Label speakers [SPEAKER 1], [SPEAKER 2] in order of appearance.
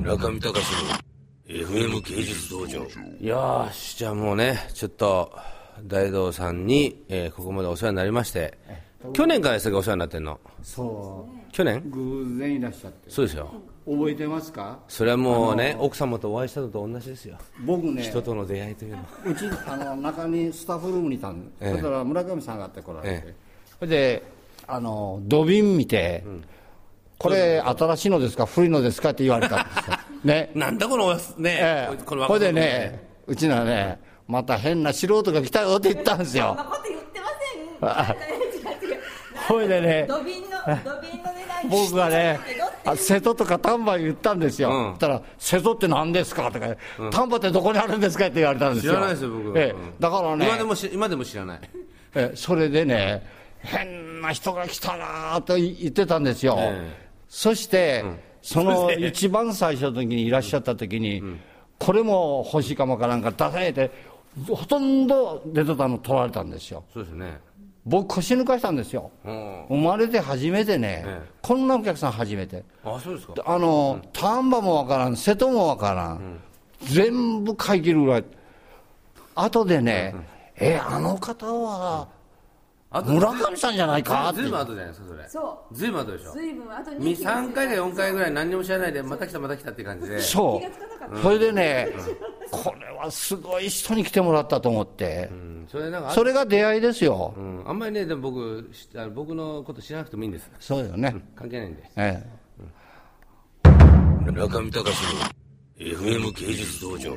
[SPEAKER 1] 中見隆の FM 芸術道場
[SPEAKER 2] よーし、じゃあもうね、ちょっと、大道さんに、えーここまでお世話になりまして、去年からですか、お世話になってんの。
[SPEAKER 3] そ
[SPEAKER 2] 去
[SPEAKER 3] う
[SPEAKER 2] 年
[SPEAKER 3] 偶然いらっしゃって
[SPEAKER 2] そうですよ。
[SPEAKER 3] 覚えてますか
[SPEAKER 2] それはもうね、奥様とお会いしたのと同じですよ。
[SPEAKER 3] 僕ね
[SPEAKER 2] 人との出会いというのは。
[SPEAKER 3] うちあの中にスタッフルームにいたんで、
[SPEAKER 2] ええ
[SPEAKER 3] だから村上さんがあって来られて、
[SPEAKER 2] え
[SPEAKER 3] それであの土瓶見て、これ新しいのですか古いのですかって言われたんですよね
[SPEAKER 2] なんだこのおやす、ね、
[SPEAKER 3] ええ
[SPEAKER 2] この
[SPEAKER 3] こ
[SPEAKER 2] 若
[SPEAKER 3] れ
[SPEAKER 2] 者
[SPEAKER 3] で。ねうちのはねまた変な素人が来たよって言ったんです
[SPEAKER 4] そんな
[SPEAKER 3] よ
[SPEAKER 4] こと言ってま
[SPEAKER 3] あ
[SPEAKER 4] せん。違う 違う。
[SPEAKER 3] ほいでね
[SPEAKER 4] 土瓶の土瓶の値段
[SPEAKER 3] 僕が ね
[SPEAKER 4] 知ってたけどって
[SPEAKER 3] あ瀬戸とか丹波言ったんですよ、
[SPEAKER 2] うん
[SPEAKER 3] そしたら「瀬戸って何ですか?」とか、丹波ってどこにあるんですか?」って言われたんですよ
[SPEAKER 2] 知らないですよ僕
[SPEAKER 3] ええ
[SPEAKER 2] うん
[SPEAKER 3] だからね
[SPEAKER 2] 今でもし、今でも知らない。
[SPEAKER 3] えそれでね、変な人が来たなと言ってたんですよ、
[SPEAKER 2] え
[SPEAKER 3] そして、その
[SPEAKER 2] それで
[SPEAKER 3] 一番最初の時にいらっしゃった時に、これも欲しいかもかなんか出されて、ほとんど出てたの取られたんですよ、
[SPEAKER 2] そうですね。
[SPEAKER 3] 僕、腰抜かしたんですよ、
[SPEAKER 2] うん。
[SPEAKER 3] 生まれて初めてね、
[SPEAKER 2] ええ
[SPEAKER 3] こんなお客さん初めて、
[SPEAKER 2] あ、そうですか
[SPEAKER 3] で。あの丹波もわからん、瀬戸もわからん、全部買い切るぐらい、後でね、え、あの方は。
[SPEAKER 2] あと
[SPEAKER 3] 村上さんじゃないかって
[SPEAKER 2] ずいぶん後じゃないですか、それ。
[SPEAKER 4] そう
[SPEAKER 2] ずいぶん後でしょ。
[SPEAKER 4] 随分あと
[SPEAKER 2] み
[SPEAKER 4] 2キロ
[SPEAKER 2] 3回か4回ぐらい何にも知らないでまた来たまた来たって感じで
[SPEAKER 3] そ
[SPEAKER 4] 気がつかなかった
[SPEAKER 3] う、それでね、これはすごい人に来てもらったと思って、
[SPEAKER 2] うんそれなんかあ
[SPEAKER 3] それが出会いですよ
[SPEAKER 2] う、ん、あんまりねでも僕しあの僕のこと知らなくてもいいんです
[SPEAKER 3] そうよね、
[SPEAKER 2] 関係ないんで
[SPEAKER 3] ええ
[SPEAKER 1] 中見隆の FM 芸術道場